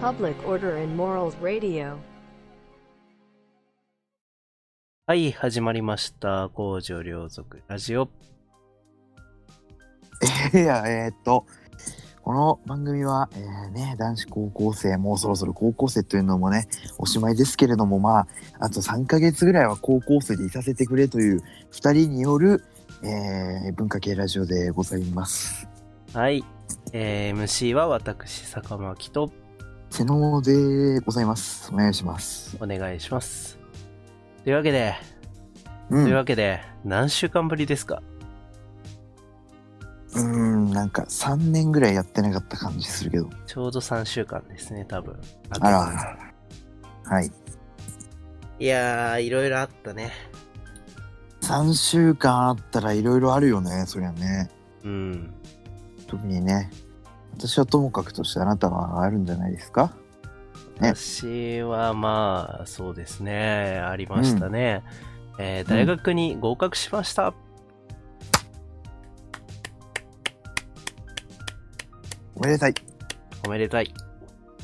Public Order and Morals Radio. はい、始まりました。公女両族ラジオ。 いや、えーっと、この番組は、えーね、男子高校生、もうそろそろ高校生というのもね、おしまいですけれども、まあ、あと3ヶ月ぐらいは高校生でいさせてくれという2人による、えー文化系ラジオでございます。はい。えー MC は私、坂巻と瀬能でございます。お願いします。お願いします。というわけで、う、というんわけで、何週間ぶりですかうんなんか3年ぐらいやってなかった感じするけど。ちょうど3週間ですね、多分。あらあら。はい。いやー、いろいろあったね。 3週間あったらいろいろあるよね、そりゃね。うん。特にね私はともかくとしてあなたはあるんじゃないですかね私はまあ、そうですね、ありましたね。えー大学に合格しました。おめでたいおめでたい。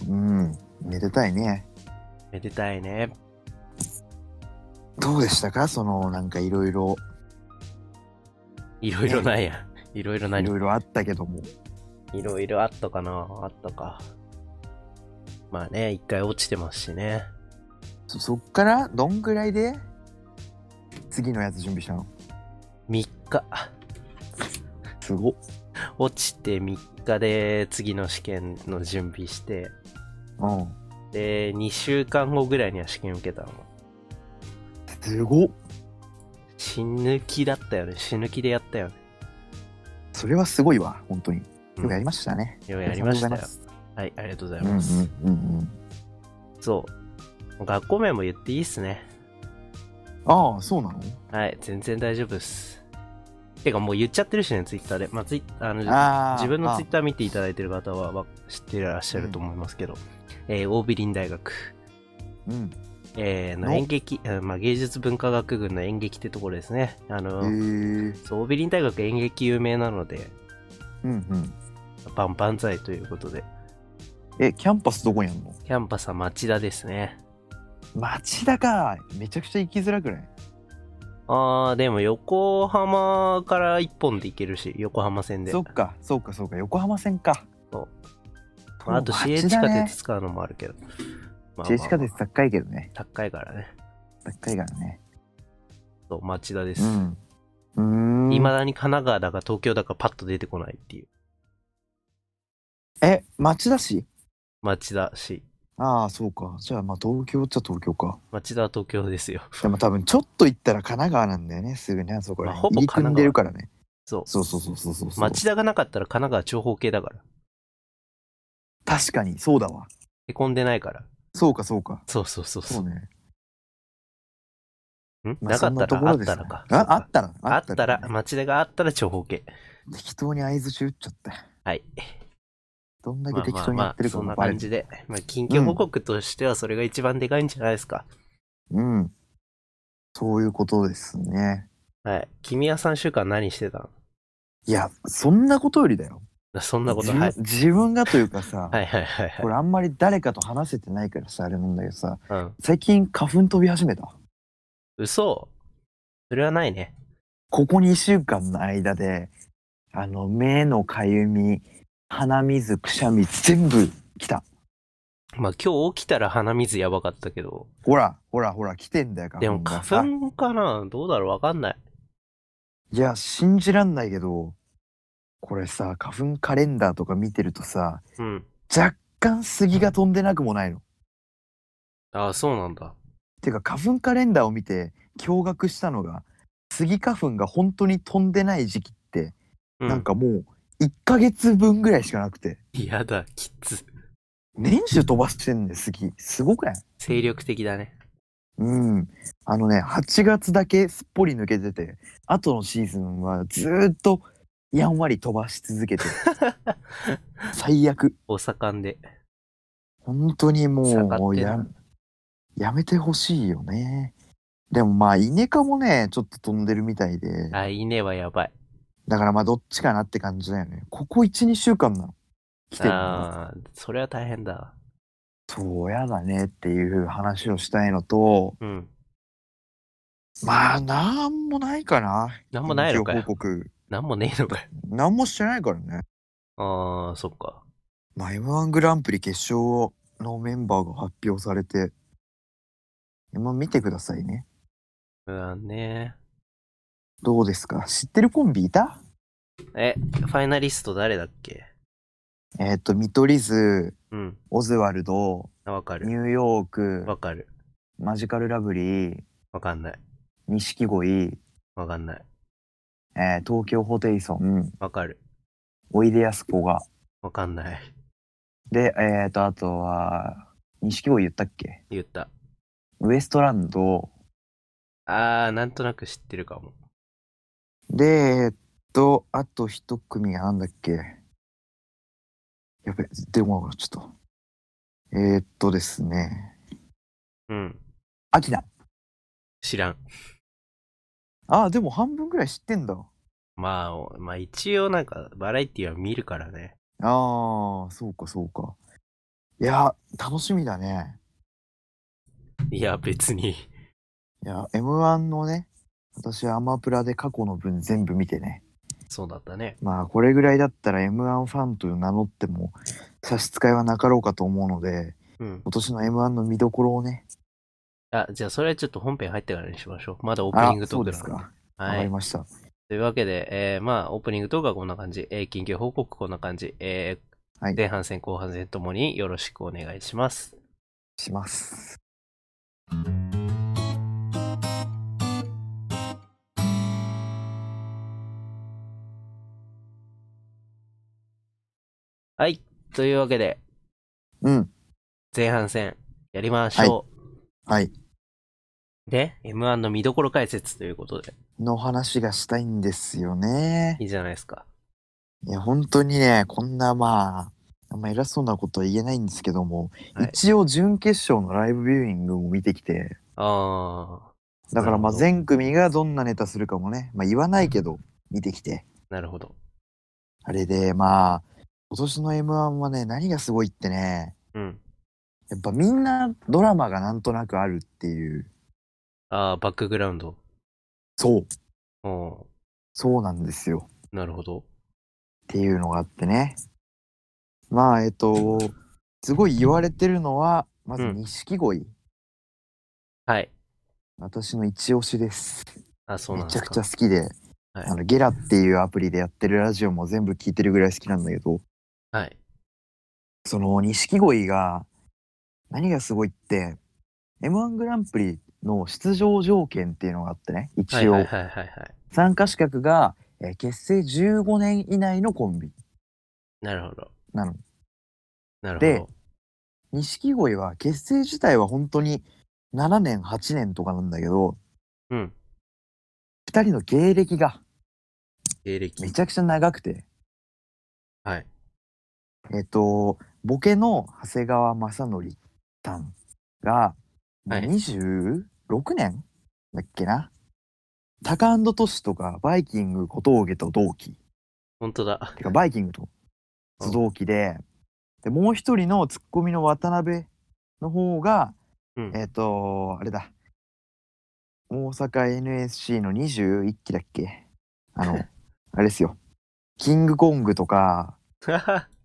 うんめでたいねめでたいね。どうでしたかそのなんかいろいろいろいろなんや。いろいろい何ろいろあったけどもいろいろあったかなあったか。まあね、一回落ちてますしね。そそっからどんぐらいで次のやつ準備したの3日。すごっ落ちて3日で次の試験の準備して、うんで、2週間後ぐらいには試験受けたの。すごっ死ぬ気だったよね。死ぬ気でやったよね。それはすごいわ本当にうんよくやりましたね、ようやりましたあよりがと。うはい、ありがとうございございまます。すうんうんうんうんそう。学校名も言っていいっすね。ああそうなのはい、全然大丈夫っす。てかもう言っちゃってるしね、ツイッターで。まあ、ツイッあの、ああ自分のツイッあター見ていただいてる方はわ知ってらっしゃると思いますけど、えーオービリン大学、うんえーのの演劇、えーまあ、芸術文化学群の演劇ってところですね。あへの、えそう、オービリン大学演劇有名なので、うんうんバンバンザイということで、えキャンパスどこにあるのキャンパスは町田ですね。町田かめちゃくちゃ行きづらくないあー、でも横浜から一本で行けるし、横浜線で。そっかそうかそうか横浜線かそうそうまあ、あと市営地町田下ね鉄使うのもあるけど。まあまあまあ市営地下鉄高いけどね高いからね。高いからねそう、町田です。うんうーんいまだに神奈川だか東京だかパッと出てこないっていう。え町田市町田市。ああそうかじゃあまあ東京っちゃ東京か町田は東京ですよ。でも多分ちょっと行ったら神奈川なんだよねすぐねあそこらまあほぼ入り組んでるからねそう。そうそうそうそうそうそう町田がなかったら神奈川長方形だから。確かにそうだわへこんでないから。そうかそうかそうそうそうそそうう。ね、んまなかそっんたとこらあろっですたねらか。ああったらあったら、ね町田があったら長方形。適当に合図中打っちゃったよはい。どんだまけあま適当あにやまってあ、るかそんもなバレ感るじで。まあ、近況報告としてはそれが一番でかいんじゃないですか。うん。そういうことですね。はい。君は3週間何してたのいや、そんなことよりだよ。そんなこと、自分はい。自分がというかさ、はいはいはいはいこ。れあんまり誰かと話せてないからさ、あれなんだけどさ、うん。最近花粉飛び始めた。嘘それはないね。ここ2週間の間で、あの、目のかゆみ、鼻水、くしゃみ、全部来た。まあ今日起きたら鼻水やばかったけど。ほら、ほら、ほら、来てんだよ、花でも粉がさ。花粉かなどうだろうわかんない。いや、信じらんないけど、これさ、花粉カレンダーとか見てるとさ、うん。若干杉が飛んでなくもないの。ああ、そうなんだ。てか花粉カレンダーを見て驚愕したのがスギ花粉が本当に飛んでない時期って、うなん。かもう1ヶ月分ぐらいしかなくてやだ、きつ。年中飛ばしてんねスギすごくない精力的だね。うんあのね8月だけすっぽり抜けてて後のシーズンはずーっとやんわり飛ばし続 けて最悪お盛んで。本当にも下うがってんなもうややめてほしいよねでもまあイネ科もねちょっと飛んでるみたいであ、稲はやばい。だからまあどっちかなって感じだよね。ここ1、2週間なの。来てるの。ああ、それは大変だわ。そう親だねっていう話をしたいのと、うん。まあ、なんもないかな。なんもないのか緊よ急。報告。なんもねえのかよ。 なんもしてないからね。ああ、そっか。まあ、M1 グランプリ決勝のメンバーが発表されて、まあ、見てくださいね。うわねどうですか知ってるコンビいたえ、ファイナリスト誰だっけえっ、と、見取り図、うん。オズワルド、あわかニる。ューヨーク、わかる。マジカルラブリー、わかんない。錦鯉、わかんない。えー東京ホテイソン、わかる。おいでやすこが。わかんない。で、えっ、と、あとは、錦鯉言ったっけ言った。ウエストランド。あー、なんとなく知ってるかも。で、えっと、あと一組がなんだっけやべ、出てこなくなっちょっと。えっとですね、うん。アキナ。知らん。ああ、でも半分ぐらい知ってんだ。まあ、おまあ一応なんか、バラエティは見るからね。ああ、そうか、そうか。いや、楽しみだね。いや、別に。いや、M1 のね、私アマプラで過去の分全部見てね。そうだったね。まあ、これぐらいだったら M1 ファンと名乗っても差し支えはなかろうかと思うので、うん。今年の M1 の見どころをね。あ、じゃあそれはちょっと本編入ってからにしましょう。まだオープあニン、グトそーうクでなすのか。でわはかりい。ました。というわけで、えー、まあ、オープニングトークはこんな感じ。えー、緊急報告こんな感じ。えーはい前半戦、後半戦ともによろしくお願いします。します。はい。というわけで、うん。前半戦、やりましょう。はい。で、M1 の見どころ解説ということで、の話がしたいんですよね。いいじゃないですか。いや、本当にね、こんなまあ、あんま偉そうなことは言えないんですけども、はい一応準決勝のライブビューイングも見てきて、ああ、だからまあなるほど全組がどんなネタするかもね、まあ言わないけど、見てきて。なるほど。あれで、まあ、今年の M1 はね、何がすごいってね、うん。やっぱみんなドラマがなんとなくあるっていう。ああ、バックグラウンド。そう。おそうなんですよ。ーなるほど。っていうのがあってね。まあ、えっと、すごい言われてるのは、まずうん錦鯉、はい。私の一押しです。あ、そうめなんでちゃすくか。ちゃ好きで、はいあの、ゲラっていうアプリでやってるラジオも全部聞いてるぐらい好きなんだけど、はい。その錦鯉が何がすごいって m 1グランプリの出場条件っていうのがあってね一応、はいはいはいはいはい。参加資格が、えー結成15年以内のコンビなるほど。なのなるほで錦鯉は結成自体は本当に7年8年とかなんだけどど。うん。 2人の芸歴が芸歴め。ちゃくちゃ長くてはい。えっ、とボケの長谷川雅紀さんがもうはい26年だっけな、タカアンドトシとかバイキング小峠と同期本当だ。てかバイキングと同期ででもう一人のツッコミの渡辺の方が うん。えっ、とあれだ大阪 NSC の21期だっけ あのあれですよキングコングとか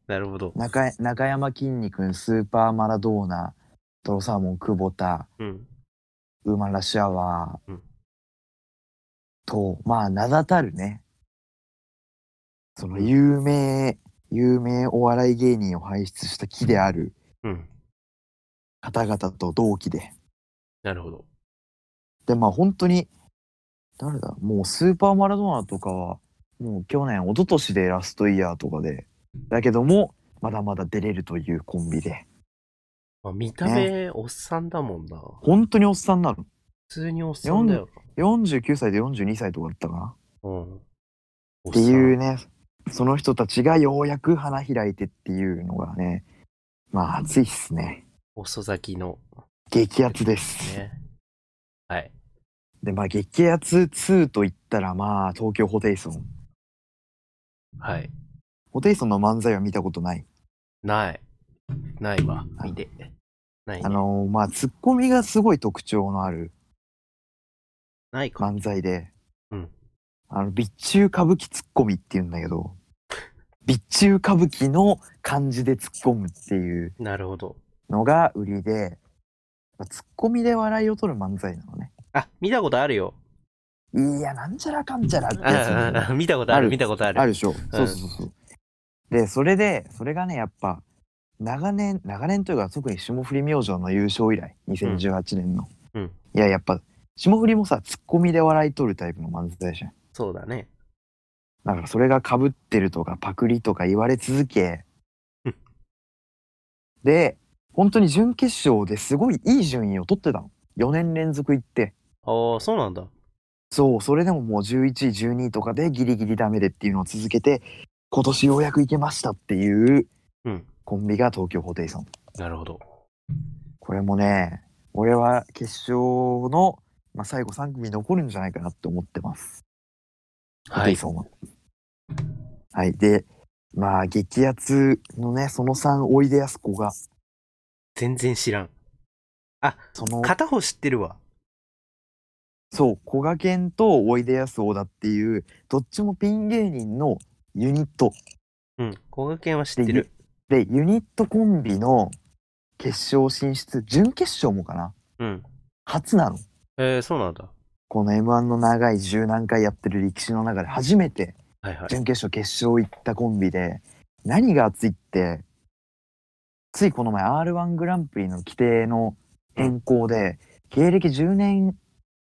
なるほど。中中山きんに君スーパーマラドーナトロサーモン久保田うん。ウーマンラッシュアワー、うんとまあ名だたるねその有名有名お笑い芸人を輩出した木であるうん。方々と同期でなるほど。でまあ本当に誰だもうスーパーマラドーナとかはもう去年一昨年でラストイヤーとかでだけどもまだまだ出れるというコンビでまあ、見た目、おっさんだもんな。普本当におっさんなの通におっさんだよ。 49歳で42歳とかだったかなうん。おっっさてんいうねその人たちがようやく花開いてっていうのがねまあ熱いっすね遅咲きの、激アツです、ね。はい。でまあ激アツ2といったらまあ東京ホテイソンはい。ホテイソンの漫才は見たことないない。ないわ。はい見て。ないねあのーまあツッコミがすごい特徴のあるないか。漫才で、うんあの備中歌舞伎ツッコミっていうんだけど備中歌舞伎の漢字で突っ込むっていうなるほど。のが売りでツッコミで笑いを取る漫才なのねあ、見たことあるよ。いやなんちゃらかんちゃらってあやつああ 見たことあある、る見たことある。あるでしょ、そうそうそうそうでそれでそれがねやっぱ長年長年というか特に霜降り明星の優勝以来2018年の、うんうんいややっぱ霜降りもさツッコミで笑い取るタイプの漫才じゃんそうだね。だからそれがかぶってるとかパクリとか言われ続けうんで本当に準決勝ですごいいい順位を取ってたの4年連続行ってああ、そうなんだ。そうそれでももう11位12位とかでギリギリダメでっていうのを続けて今年ようやく行けましたっていううん。コンビが東京ホテイソンなるほど。これもね俺は決勝の、まあ、最後3組残るんじゃないかなって思ってますホはテイい。ソンは。はい、で、まあ、激アツのね、その3、おいでやすこが、全然知らん。その、片方知ってるわ。そう、こがけんとおいでやす小田っていう、どっちもピン芸人のユニットうん。高学園は知でってる。で、ユニットコンビの決勝進出、準決勝もかな、うん。初なの。えー、そうなんだ。この M1 の長い十何回やってる歴史の中で初めてはいはい。準決勝決勝行ったコンビで何が熱いってついこの前 r 1グランプリの規定の変更で芸歴10年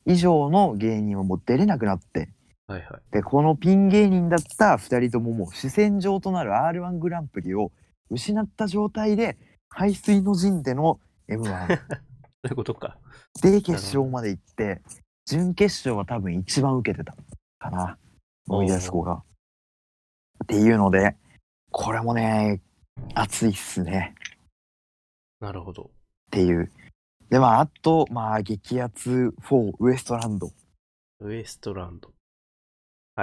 以上の芸人はもう出れなくなってはいはい。でこのピン芸人だった2人とももう主戦場となる r 1グランプリを失った状態で排水の陣での m 1そういうことか。で決勝まで行って準決勝は多分一番受けてたかな思い出す子が。っていうのでこれもね熱いっすねなるほど。っていう。でまああとまあ激アツ4ウエストランド。ウエストランド。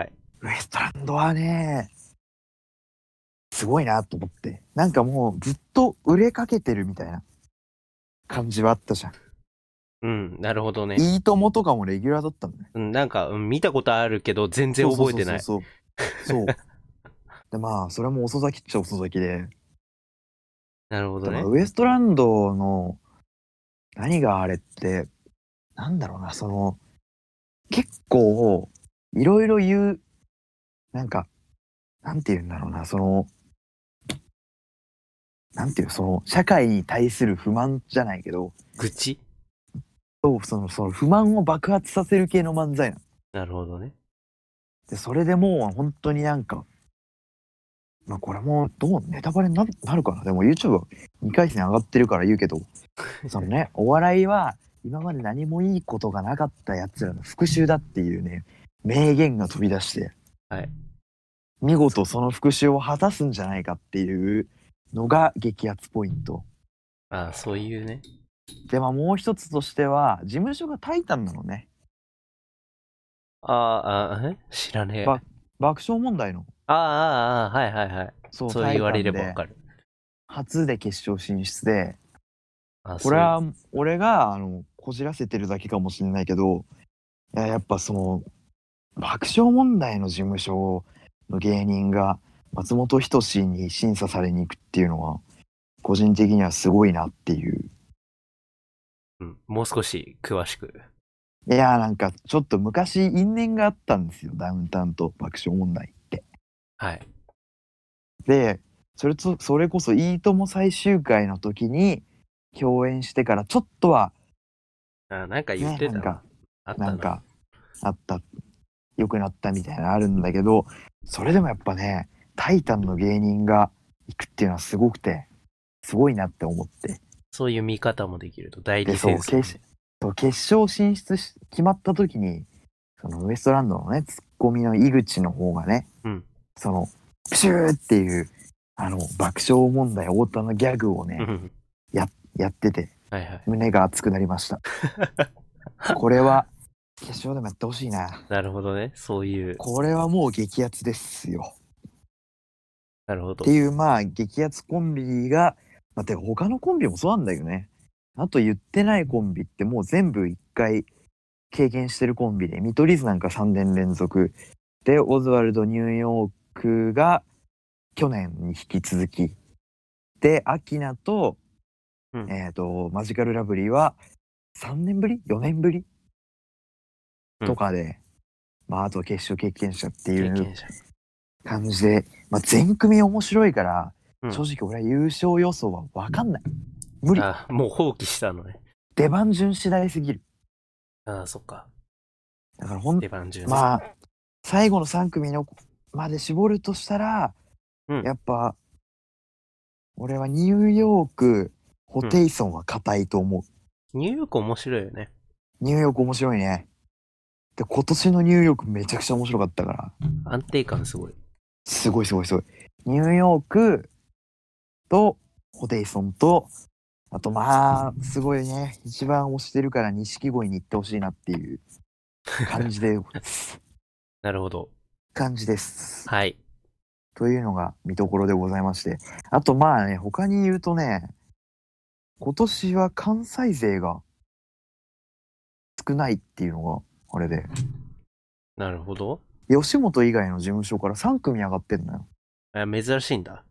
ウエストランドはねすごいなと思ってなんかもうずっと売れかけてるみたいな感じはあったじゃん。うん、なるほどね。いいともとかもレギュラーだったのね。うん、なんか、うん見たことあるけど、全然覚えてない。そう そうそうそうそうそうでまあそれも遅咲きっちゃ遅咲きで、なるほだどかねら。ウエストランドの何があれってなんだろうなその結構いろいろ言うなんかなんて言うんだろうなそのなんていうその社会に対する不満じゃないけど愚痴そうそのその不満を爆発させる系の漫才なのなるほどね。でそれでもう本当になんかまあこれもどうネタバレになるなるかなでも YouTube2 回戦上がってるから言うけ どそのねお笑いは今まで何もいいことがなかったやつらの復讐だっていうね名言が飛び出して、はい見事その復讐を果たすんじゃないかっていうのが激アツポイントああ、そういうね。でまあもう一つとしては事務所がタイタンなのねあーあー、え知らねえ。あば爆笑問題のあ、あーあー、はいはいはい。そそう言われればタイタわンかでる。初で決勝進出であこれは俺があのこじらせてるだけかもしれないけどいややっぱその爆笑問題の事務所の芸人が松本人志に審査されに行くっていうのは個人的にはすごいなっていうそううん、もう少し詳しく。いやなんかちょっと昔因縁があったんですよダウンタウンと爆笑問題って。はい。でそれとそれこそ「いいとも」最終回の時に共演してからちょっとはあなんか言っねてなたんな。かあったなんかあった良くなったみたいなのあるんだけどそれでもやっぱねタイタンの芸人が行くっていうのはすごくてすごいなって思ってそういう見方もできると。代理でそ戦う争。決そう決勝進出し決まった時にそのウエストランドのねツッコミの井口の方がね、うんそのプシューっていうあの爆笑問題太田のギャグをね、うんやってて はいはい。胸が熱くなりました これは決勝でもやってほしいななるほどね。そういう。これはもう激アツですよ。なるほっどて。いうまあ激アツコンビが、まあ、てか他のコンビもそうなんだよね。あと言ってないコンビってもう全部一回経験してるコンビで、見取り図なんか3年連続で、オズワルドニューヨークが去年に引き続き、で、アキナと、うんえっ、と、マジカルラブリーは3年ぶり ?4 年ぶりうんとかで、まあ、あと決勝経験者ってい経う験者。感じで、まあ、全組面白いから、うん正直俺は優勝予想は分かんない。無理。あ、もう放棄したのね。出番順次第すぎる。ああ、そっか。だから本出番順。まあ、最後の3組のまで絞るとしたら、うんやっぱ、俺はニューヨーク、ホテイソンは硬いと思う。ニューヨーク面白いよね。ニューヨーク面白いね。で、今年のニューヨークめちゃくちゃ面白かったから、安定感すごい。すごいすごいすごい。ニューヨークとホテイソンと、あとまあ、すごいね、一番推してるから錦鯉に行ってほしいなっていう感じで、なるほど。感じです。はい。というのが見どころでございまして。あとまあね、他に言うとね、今年は関西勢が少ないっていうのがあれで、なるほど。吉本以外の事務所から3組上がってんのよ。あ珍しいんだ。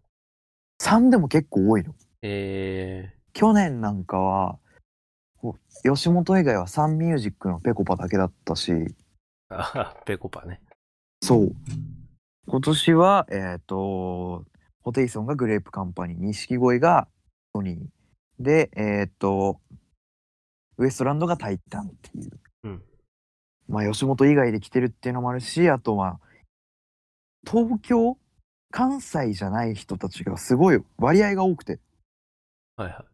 3でも結構多いの。え去年なんかは、こう吉本以外はサンミュージックのぺこぱだけだったし、ー、あペコパね。そう。今年は、えっ、と、ホテイソンがグレープカンパニー、錦鯉がソニー。で、えっ、と、ウエストランドがタイタンっていう。うんまあ、吉本以外で来てるっていうのもあるし、あとは、東京関西じゃない人たちがすごい割合が多くて。はいはい。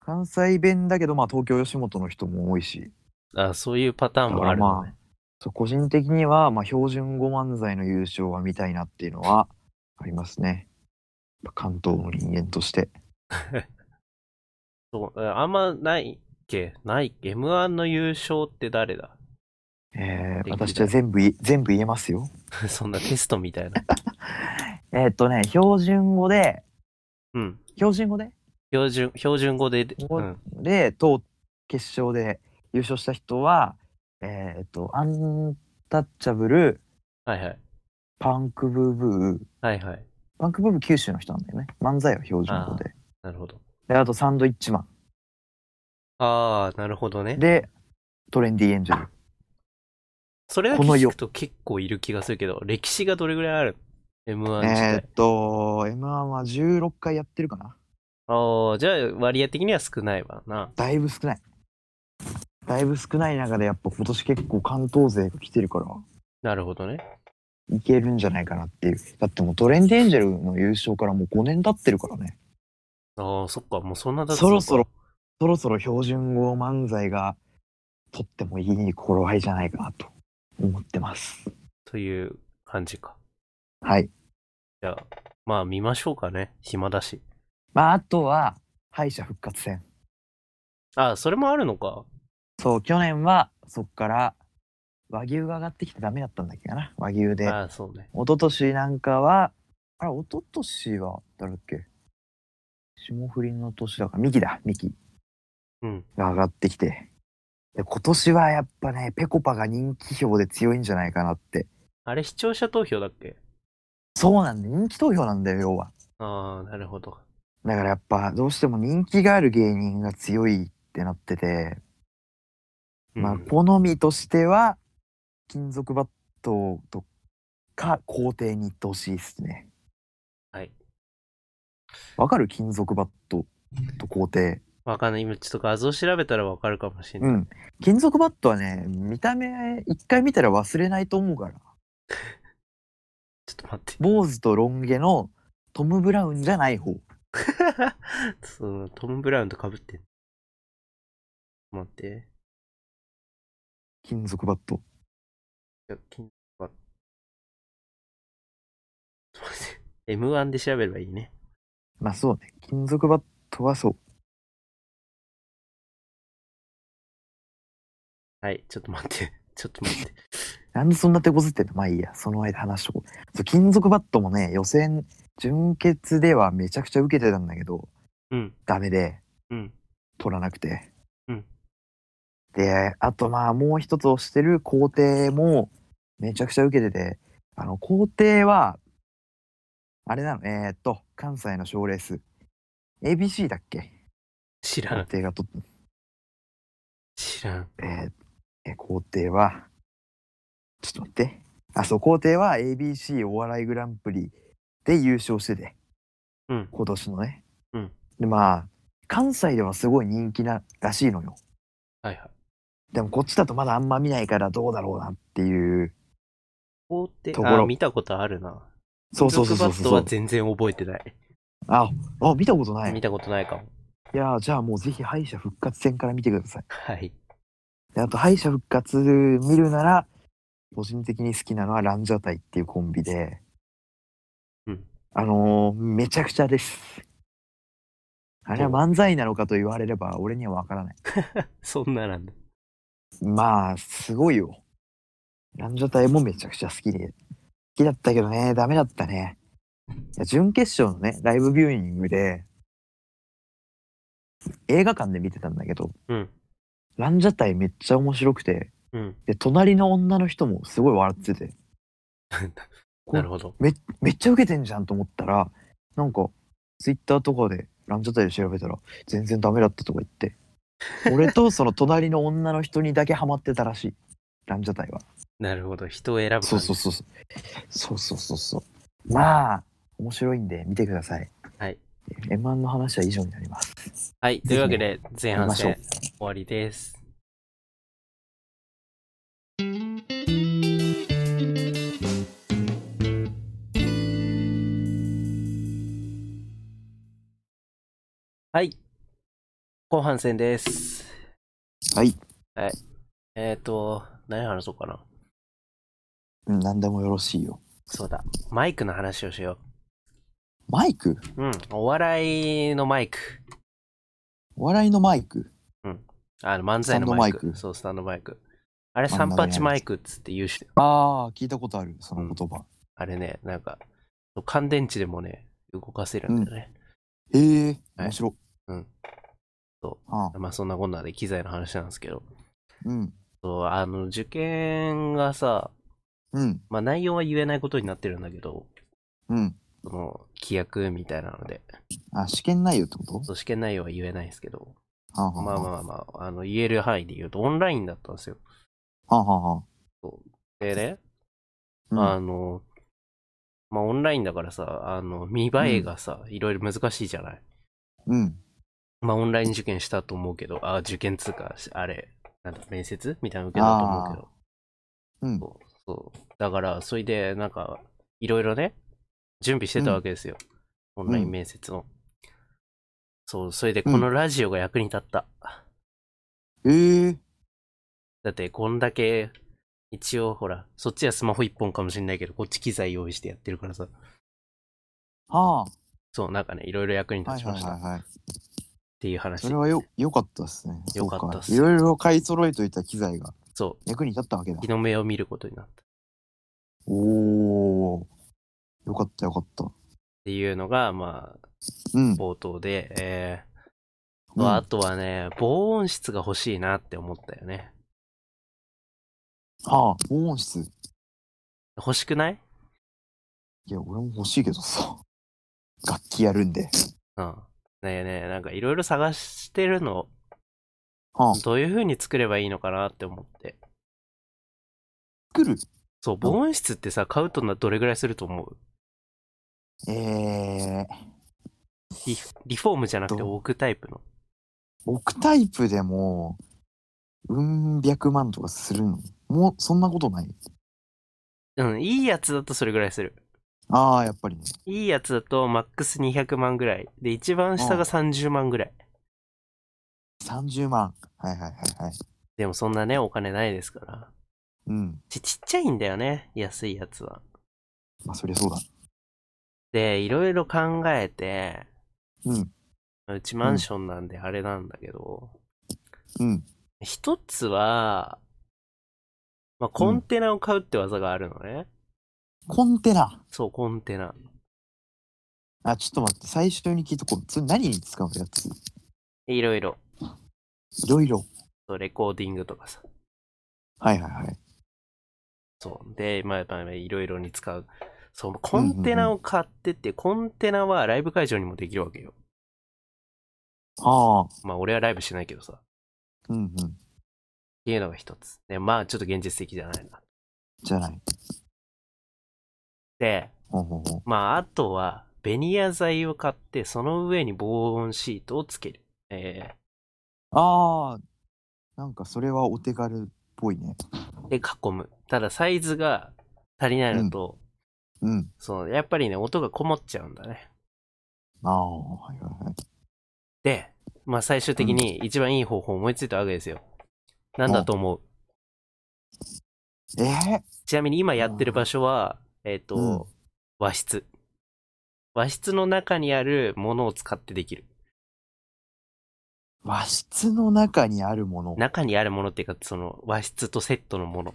関西弁だけど、まあ、東京吉本の人も多いし。あそういうパターンもあるのね。そう個人的には、まあ、標準語漫才の優勝は見たいなっていうのはありますね。やっぱ関東の人間として。そうえあんまないっけないっけ ?M1 の優勝って誰だ えーできる私は全部い、全部言えますよ。そんなテストみたいな。えーっとね、標準語で、うん。標準語で標準、標準語で、おうん。で、当決勝で優勝した人は、えーっと、アンタッチャブル、はいはい。パンクブーブー、はいはい。パンクブーブー九州の人なんだよね。漫才は標準語で。なるほど。で、あとサンドイッチマああ、なるほどねン。。で、トレンディエンジェル。それだけこの聞よくと結構いる気がするけど、歴史がどれぐらいある ?M1 自体。えーっと、M1 は16回やってるかな。ああ、じゃあ割合的には少ないわな。だいぶ少ない。だいぶ少ない中で、やっぱ今年結構関東勢が来てるから、なるほどね。いけるんじゃないかなっていう。だってもうトレンディエンジェルの優勝からもう5年経ってるからね。ああ、そっか、もうそんな経つのそろかそろ、そろそろ標準語漫才が取ってもいい頃合いじゃないかなと思ってます。という感じか。はい。じゃあ、まあ見ましょうかね。暇だし。まあ、あとは、敗者復活戦。ああ、それもあるのか。そう、去年は、そっから、和牛が上がってきてダメだったんだっけかな。和牛で。ああ、そうね。一昨年なんかは、あれ、一昨年は、誰だっけ霜降りの年だから、ミキだ、ミキうん。が上がってきて。で、今年はやっぱね、ペコパが人気票で強いんじゃないかなって。あれ視聴者投票だっけそうなんだ、人気投票なんだよ、要は。ああ、なるほど。だからやっぱ、どうしても人気がある芸人が強いってなってて、うんまあ、好みとしては、金属バットとか、皇帝に行ってほしいですね。はい。わかる金属バットと皇帝。わかんない。今ちょっと画像調べたらわかるかもしれうない。ん。金属バットはね、見た目、一回見たら忘れないと思うから。ちょっと待って。坊主とロン毛のトム・ブラウンじゃない方。そのトム・ブラウンとかぶってん待って。金属バット。じゃあ、金は。 ちょっと待って。M1 で調べればいいね。まあそうね。金属バットはそう。はい、ちょっと待って。 ちょっと待って。なんでそんな手こずってんのまあいいや。その間話しとこう。そう、金属バットもね、予選、準決ではめちゃくちゃ受けてたんだけど、うん、ダメで。ううん。取らなくて。うんで、あとまあもう一つ推してる工程もめちゃくちゃ受けてて、あの工程は、あれなの、えーっと、関西の賞レース。ABC だっけ知ら工ん。程がと、知らん。えーえ工程は、ちょっと待って。あ、そう、工程は ABC お笑いグランプリで優勝してて、うん。今年のね。うんで、まあ、関西ではすごい人気ならしいのよ。はいはい。でもこっちだとまだあんま見ないからどうだろうなっていう。こうってと、ころあ、見たことあるな。そうそうそうそうブックバットそはう。全然覚えてない。あ、あ、見たことない。見いたことないかも。やー、じゃあもうぜひ敗者復活戦から見てください。はい。であと敗者復活見るなら、個人的に好きなのはランジャタイっていうコンビで、うん。あのー、めちゃくちゃです。あれは漫才なのかと言われれば俺にはわからない。そんななんだ。まあ、すごいよ。ランジャタイもめちゃくちゃ好きで。好きだったけどね、ダメだったね。いや準決勝のね、ライブビューイングで、映画館で見てたんだけど、うん。ランジャタイめっちゃ面白くて、うん。で、隣の女の人もすごい笑ってて、なるほど。めっちゃウケてんじゃんと思ったら、なんか、ツイッターとかでランジャタイで調べたら、全然ダメだったとか言って、俺とその隣の女の人にだけハマってたらしい、ランジャタイは。なるほど。人を選ぶ感じ。そうそうそうそう。そうそうそうそう。まあ、面白いんで見てください。はい。 M1 の話は以上になります。はい。というわけで、前半や戦り終わりです。はい。後半戦です。はい。はい。えっ、ー、と、何話そうかな。うん、何でもよろしいよ。そうだ。マイクの話をしよマイクう。うん。お笑いのマイク。お笑いのマイクあの、漫才のマイク。スタンドマイクそう、スタンドマイク。あれ、あんなのやるやつ38マイクっつって言うし、ああ、聞いたことある、その言葉。あれね、なんか、乾電池でもね、動かせるんだよね。へえ、はい面白。うん。そあまあ、そんなこんなで機材の話なんですけど、ーうん。そうあの、受験がさ、うん。まあ、内容は言えないことになってるんだけど、うん。その、規約みたいなので、あ、試験内容ってことそう試験内容は言えないんですけど、はあはあまあはまあまあ、あの、言える範囲で言うと、オンラインだったんですよ。あ。はあはあはでね、あ。うんあの、まあ、オンラインだからさ、あの、見栄えがさ、いろいろ難しいじゃない。うん。まあ、オンライン受験したと思うけど、あ、受験通過、あれ、なんだ、面接みたいなの受けたと思うけど。うん。そう。そうだから、それで、なんか、いろいろね、準備してたわけですよ。オンライン面接の。そう、それで、このラジオが役に立った。へえ、だって、こんだけ、一応、ほら、そっちはスマホ一本かもしれないけど、こっち機材用意してやってるからさ。はあ。そう、なんかね、いろいろ役には立ちいはまいしたっはいはい。ていう話。それはよ、良かったですね。良かったっすそういろいろ買い揃えといた機材がそ役に立ったわけだう、日。の目を見ることになった。っおお。よかったよかった。ていうのが、まあ、うん。冒頭で、えー、うんあとはね、防音室が欲しいなって思ったよね。はあ、防音室。欲しくないいや、俺も欲しいけどさ。 楽器やるんで。うん。ねえねえ、なんかいろいろ探してるの、はあ、どういう風に作ればいいのかなって思って。作る。そう、防音室ってさ、買うとなどれぐらいすると思うえー、リフリフォームじゃなくてどう置くタイプの。置くタイプでも、うん、百万とかするのもう、そんなことないうん、いいやつだとそれぐらいする。ああ、やっぱりね。いいやつだとマックス200万ぐらい。で、一番下が30万ぐらい。 30万。はいはいはいはい。でもそんなね、お金ないですから。うん。ちちっちゃいんだよね、安いやつは。まあ、そりゃそうだ。で、いろいろ考えて、うん。うちマンションなんであれなんだけど、うん。一つは、まあ、コンテナを買うって技があるのね。コンテナ。そう、コンテナ。あ、ちょっと待って。最初に聞いとこう。それ何に使うやつでいろいろ、いろいろ。そうレコーディングとかさ。はいはいはい。そう。で、まあ、まあ、まあいろいろに使う。そう、コンテナを買ってって、コンテナはライブ会場にもできるわけよ。ああ。まあ、俺はライブしてないけどさ。っうんうん。ていうのが一つ。で、まあ、ちょっと現実的じゃないな。じゃない。で、ほうほうほう。まあ、あとは、ベニヤ材を買って、その上に防音シートをつける。えああ。なんかそれはお手軽っぽいね。ー、で、囲む。ただ、サイズが足りないのと、うん。そう、やっぱりね、音がこもっちゃうんだね。ああ。はいはいはい。で、まあ、最終的に一番いい方法を思いついたわけですよ。なんだと思うええちなみに今やってる場所は、えっ、と、うん和室。和室の中にあるものを使ってできる。和室の中にあるもの。中にあるものっていうか、その和室とセットのもの。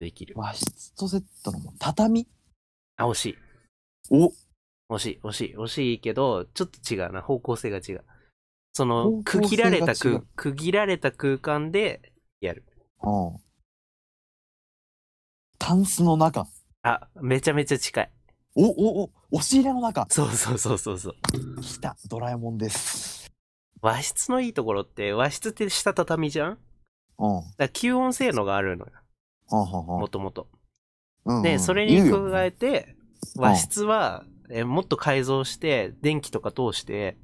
できる。和室とセットのもの畳あ、惜しい。お惜しい、惜しい、惜しいけど、ちょっと違うな。方向性が違う。その、方区向切性らがれ違うた空、区切られた空間でやる。うん。タンスの中。あ、めちゃめちゃ近い。おおお押し入れの中。そうそうそうそうそう。来たドラえもんです。和室のいいところって、和室って下畳じゃんだかうん。うんら吸音性能があるのよ。うんうんもともと。うんうん。で、それに加ええて、うん和室は、えーもっと改造して、電気とか通して、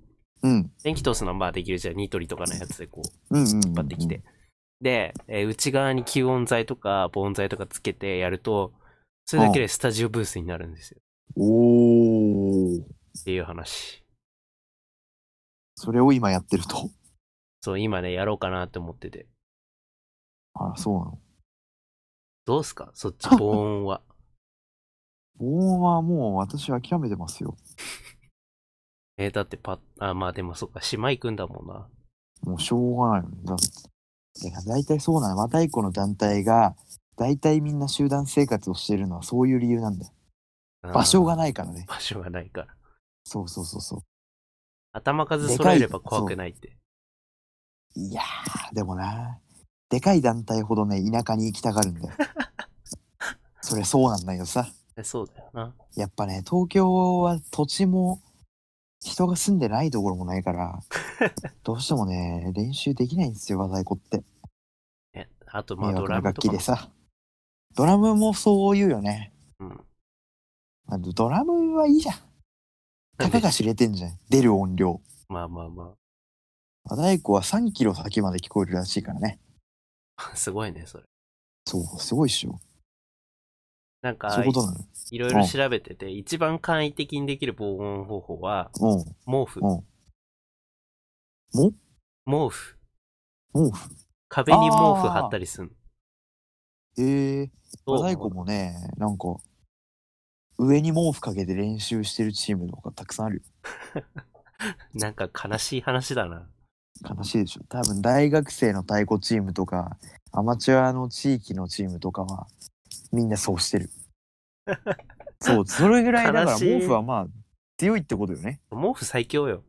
うん。電気通すのはまあできるじゃん。ニトリとかのやつでこう、うんうんうん。引っ張ってきて。。で、えー内側に吸音材とか、防音材とかつけてやると、それだけでスタジオブースになるんですよ。おー。っていう話。それを今やってると。そう、今ね、やろうかなって思ってて。あら、そうなの。どうすかそっち、 防音は。防音はもう私諦めてますよ。えーだってパッ、あ、まあでもそっか、島行くんだもんな。もうしょうがないよね。だっていや大体そうなの。和太鼓の団体が、大体みんな集団生活をしてるのはそういう理由なんだよ。うん場所がないからね。場所がないから。そうそうそうそう。頭数揃えれば怖くないって。いやー、でもな、でかい団体ほどね、田舎に行きたがるん だよ。それそうなんだよさ。えそうだよな。やっぱね、東京は土地も人が住んでないところもな いから、どうしてもね、練習できないんですよ、和太鼓って。え、あと、まあ、迷ド惑ラなム楽とかも器でさ。ドラムもそう言うよね。うん。あのドラムはいいじゃん。たかが知れてん じゃん。出る音量。まあまあま和太鼓は3キロ先まで聞こえるらしいからね。あ。 すごいね、それ。そう、すごいっしょ。なんか、そういうことなの。いろいろ調べてて、一番簡易的にできる防音方法は、うん。毛布。うんも毛布。毛布壁に毛布貼ったりすんええの。和太鼓もね、なんか、上に毛布かけて練習してるチームとかたくさんあるよ。なんか悲しい話だな。悲しいでしょ。多分大学生の太鼓チームとか、アマチュアの地域のチームとかは、みんなそうして る。そう、それぐらいだから悲しい毛布はまあ、強いってことよね。毛布最強よ。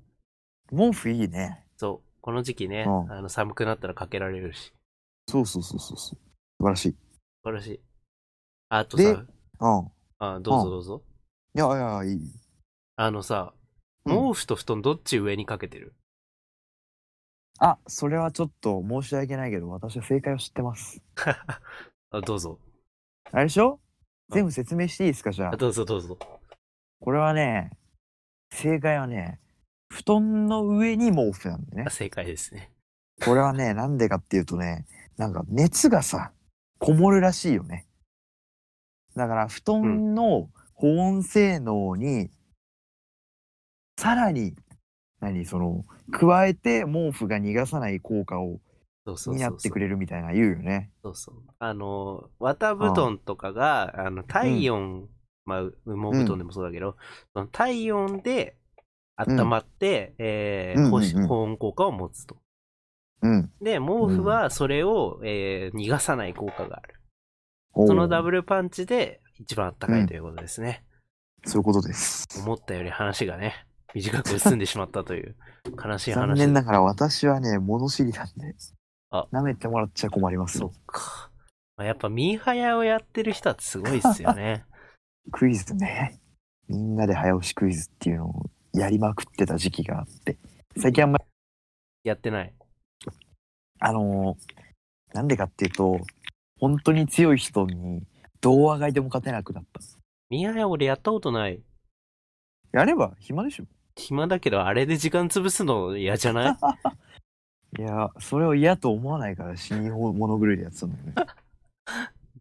毛布いいね。そう。この時期ね、うんあの寒くなったらかけられるし。そうそうそうそうそう。素晴らしい。素晴らしい。あとでさ、うん。あどううぞんどうぞ。いやいや、いい。あのさ、う毛ん布と布団どっち上にかけてるあ、それはちょっと申し訳ないけど、私は正解を知ってます。あどうぞ。あれでしょうん全部説明していいですか、じゃああ。どうぞどうぞ。これはね、正解はね、布団の上に毛布なんだよねあ。正解ですね。これはね、 なんでかっていうとね、なんか熱がさ、こもるらしいよね。だから、布団の保温性能に、さらに、何、その、加えて毛布が逃がさない効果をそうそうそうそう。担ってくれるみたいな言うよね。そうそう。あの、綿布団とかが、あの体温、まあ、羽毛布団でもそうだけど、その体温で温まって、えーうんうんうん保湿保温効果を持つと。うん。で、毛布はそれを、えー逃がさない効果がある。おーそのダブルパンチで一番あったかいということですね。そういうことです。思ったより話がね、短く済んでしまったと いう悲しい話。残念ながら私はね、物知りなんであ、舐めてもらっちゃ困りますそっよ。か。まあ、やっぱミーハヤをやってる人はすごいっすよね。 クイズね。みんなで早押しクイズっていうのをやりまくってた時期があって、最近あんまり、やってない。あのーなんでかっていうと、本当に強い人に、童話買いでも勝てなくなった。ミーハヤ俺やったことない。やれば暇でしょ暇だけど、あれで時間潰すの嫌じゃ ないいや、それを嫌と思わないから死に物狂いでやってたんだよね。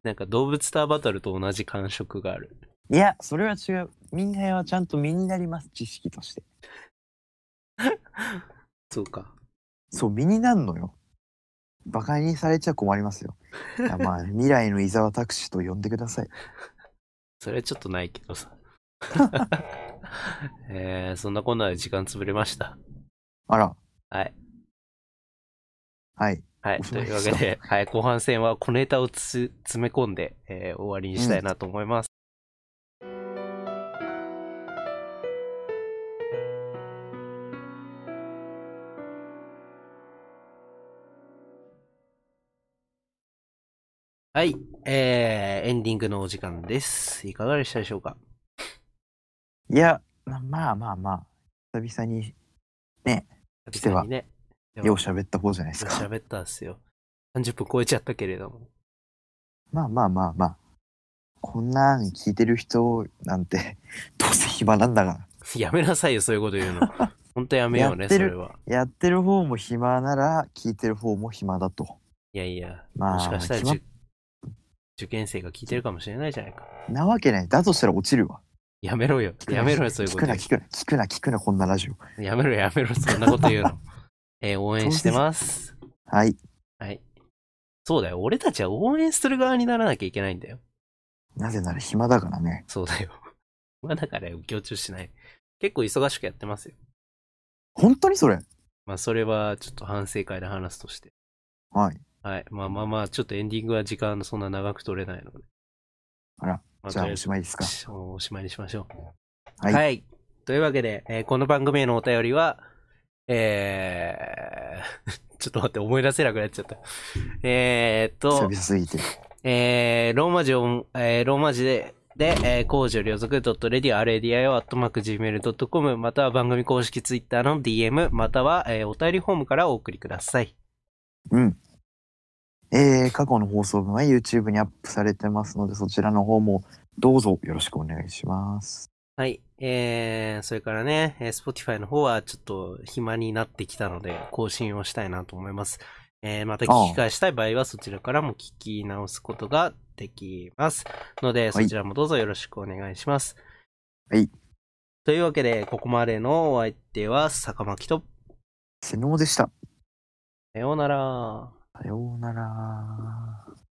なんか動物ターバトルと同じ感触がある。いや、それは違う。みんなはちゃんと身になります、知識として。そうか。そう、身になんのよ。馬鹿にされちゃ困りますよ。いやまあ、未来の伊沢拓司と呼んでください。それはちょっとないけどさ。 えー、そんなこんなで時間潰れました。あら、はい。はい。はい。おしとまいいうでわすけかで、はい、後半戦は小ネタをつ詰め込んで、えー終わりにしたいなと思います。はい、えー、エンディングのお時間です。いかがでしたでしょうかいや、ままあまあまあ、久々にしては久々にね、ではよう喋った方じゃないですか。喋ったんですよ。30分超えちゃったけれども。まあまあまあまあ。こんなん聞いてる人なんて、 どうせ暇なんだかやめなさいよ、そういうこと言う の。本当やめようね、やっそてるれは。ら。やってる方も暇なら、聞いてる方も暇だと。いやいや、まあもしかしたら決まっ受受験生が聞いてるかもしれないじゃないか。なわけない。だとしたら落ちるわ。やめろよ。聞くなやめろよ、そういう聞こくとな、言聞くな、聞くな、聞くな、こんなラジオ。う。やめろ、やめろ、そんなこと言う の。えー応援してます。はい。はい。そうだよ。俺たちは応援する側にならなきゃいけないんだよ。なぜなら暇だからね。そうだよ。 まあだからよ強調しない。結構忙しくやってますよ。本当にそれまあそれはちょっと反省会で話すとして。はい。はい。まあまあまあ、ちょっとエンディングは時間そんな長く取れないので。あら、まじゃあとりえおずしまいですか。おしまいにしましょう。はいというわけで、えーこの番組へのお便りは、えー、 ちょっと待って、思い出せなくなっちゃった。えーっ久と々、すぎて。えー、ローマ字を、えーローマ字で、で、えー、工場両族 .radio.radio.gmail.com または番組公式ツイッターの DM または、えーお便りフォームからお送りください。うん。えー、過去の放送分は YouTube にアップされてますので、そちらの方もどうぞよろしくお願いします。はい。えー、それからね、えー Spotify の方はちょっと暇になってきたので、更新をしたいなと思います。えー、また聞き返したい場合は、そちらからも聞き直すことができます。ので、そちらもどうぞよろしくお願いします。はい。というわけで、ここまでのお相手は、坂巻と、瀬能でした。さようなら。さようなら。